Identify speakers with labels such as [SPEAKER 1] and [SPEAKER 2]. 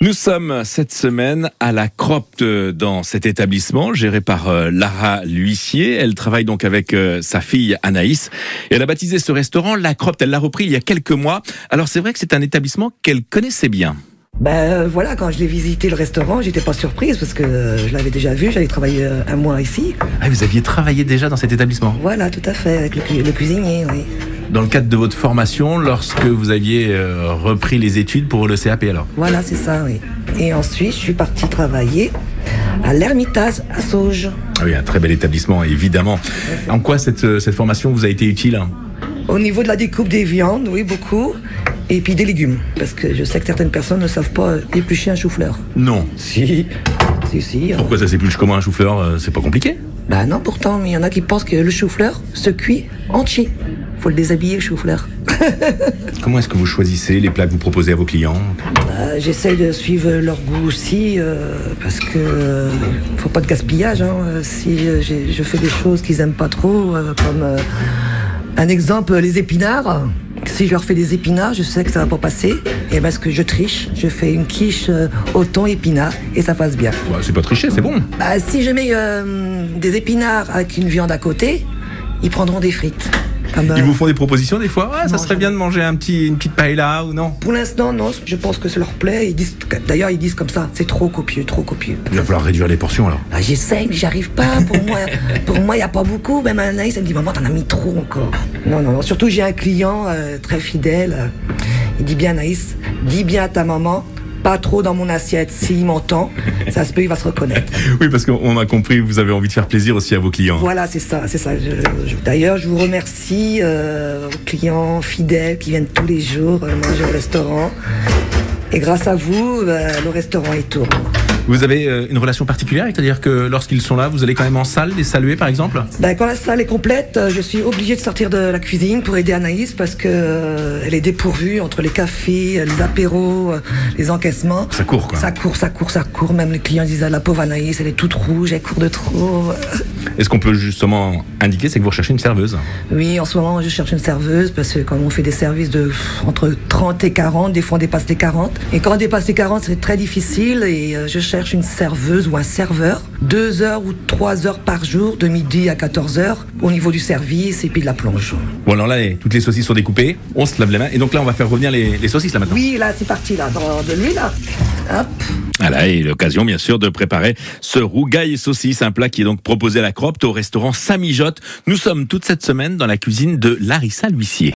[SPEAKER 1] Nous sommes cette semaine à la Cropte dans cet établissement géré par euh, Lara l'huissier. Elle travaille donc avec euh, sa fille Anaïs et elle a baptisé ce restaurant la Cropte. Elle l'a repris il y a quelques mois. Alors c'est vrai que c'est un établissement qu'elle connaissait bien.
[SPEAKER 2] Ben euh, voilà, quand je l'ai visité le restaurant, j'étais pas surprise parce que euh, je l'avais déjà vu, j'avais travaillé euh, un mois ici.
[SPEAKER 1] Ah, vous aviez travaillé déjà dans cet établissement
[SPEAKER 2] Voilà, tout à fait, avec le, cu- le cuisinier, oui.
[SPEAKER 1] dans le cadre de votre formation lorsque vous aviez euh, repris les études pour le CAP alors.
[SPEAKER 2] Voilà, c'est ça, oui. Et ensuite, je suis partie travailler à l'Ermitage à Sauges.
[SPEAKER 1] Ah oui, un très bel établissement évidemment. En quoi cette, euh, cette formation vous a été utile hein
[SPEAKER 2] Au niveau de la découpe des viandes, oui, beaucoup. Et puis des légumes, parce que je sais que certaines personnes ne savent pas euh, éplucher un chou-fleur.
[SPEAKER 1] Non.
[SPEAKER 2] Si, si, si. euh,
[SPEAKER 1] Pourquoi ça s'épluche comme un chou-fleur euh, C'est pas compliqué.
[SPEAKER 2] Ben non, pourtant, mais il y en a qui pensent que le chou-fleur se cuit entier. Faut le déshabiller, le chou-fleur.
[SPEAKER 1] Comment est-ce que vous choisissez les plats que vous proposez à vos clients
[SPEAKER 2] Euh, J'essaie de suivre leur goût aussi, euh, parce que euh, faut pas de gaspillage. hein. Euh, Si euh, j'ai- je fais des choses qu'ils aiment pas trop, euh, comme euh, un exemple, les épinards. Si je leur fais des épinards, je sais que ça va pas passer. Et parce que je triche, je fais une quiche euh, au thon épinard et ça passe bien.
[SPEAKER 1] Ouais, C'est pas tricher, c'est bon.
[SPEAKER 2] Bah, si je mets euh, des épinards avec une viande à côté, ils prendront des frites. Comme,
[SPEAKER 1] Ils
[SPEAKER 2] euh,
[SPEAKER 1] vous font des propositions des fois. Ah, ça
[SPEAKER 2] Non,
[SPEAKER 1] serait
[SPEAKER 2] jamais.
[SPEAKER 1] bien de manger un petit, une petite paella ou non
[SPEAKER 2] Pour l'instant, non, je pense que ça leur plaît. Ils disent, d'ailleurs, ils disent comme ça, c'est trop copieux, trop copieux.
[SPEAKER 1] Il va falloir réduire les portions alors.
[SPEAKER 2] Bah, J'essaie, mais j'arrive pas. Pour moi, pour moi, il n'y a pas beaucoup. Même Anaïs, elle me dit, maman, t'en as mis trop encore. Non, non, non. Surtout, j'ai un client euh, très fidèle. euh, Il dit bien, Anaïs, dis bien à ta maman, pas trop dans mon assiette. S'il m'entend, ça se peut, il va se reconnaître.
[SPEAKER 1] Oui, parce qu'on a compris, vous avez envie de faire plaisir aussi à vos clients.
[SPEAKER 2] Voilà, c'est ça, c'est ça. Je- je- D'ailleurs, je vous remercie euh, aux clients fidèles qui viennent tous les jours euh, manger au restaurant. Et grâce à vous, euh, le restaurant est tourne.
[SPEAKER 1] Vous avez euh, une relation particulière, c'est-à-dire que lorsqu'ils sont là, vous allez quand même en salle les saluer par exemple
[SPEAKER 2] Ben, quand la salle est complète, euh, je suis obligée de sortir de la cuisine pour aider Anaïs parce que euh, elle est dépourvue entre les cafés, euh, les apéros, euh, les encaissements.
[SPEAKER 1] Ça court, quoi.
[SPEAKER 2] Ça court, ça court, ça court. Même les clients disent à la pauvre Anaïs, elle est toute rouge, elle court de trop.
[SPEAKER 1] Est-ce qu'on peut justement indiquer, c'est que vous recherchez une serveuse
[SPEAKER 2] Oui, en ce moment, je cherche une serveuse parce que quand on fait des services de pff, entre 30 et 40, des fois on dépasse les 40. Et quand on dépasse les 40, c'est très difficile et euh, je cherche une serveuse ou un serveur deux heures ou trois heures par jour, de midi à 14 heures, au niveau du service et puis de la plonge.
[SPEAKER 1] Bon alors là, les- toutes les saucisses sont découpées, on se lave les mains, et donc là on va faire revenir les, les saucisses là maintenant.
[SPEAKER 2] Oui, là, c'est parti, là, dans- de lui, là. Hop.
[SPEAKER 1] Voilà, et l'occasion bien sûr de préparer ce rougail et saucisse, un plat qui est donc proposé à la Cropte au restaurant Samijotte. Nous sommes toute cette semaine dans la cuisine de Larissa l'huissier.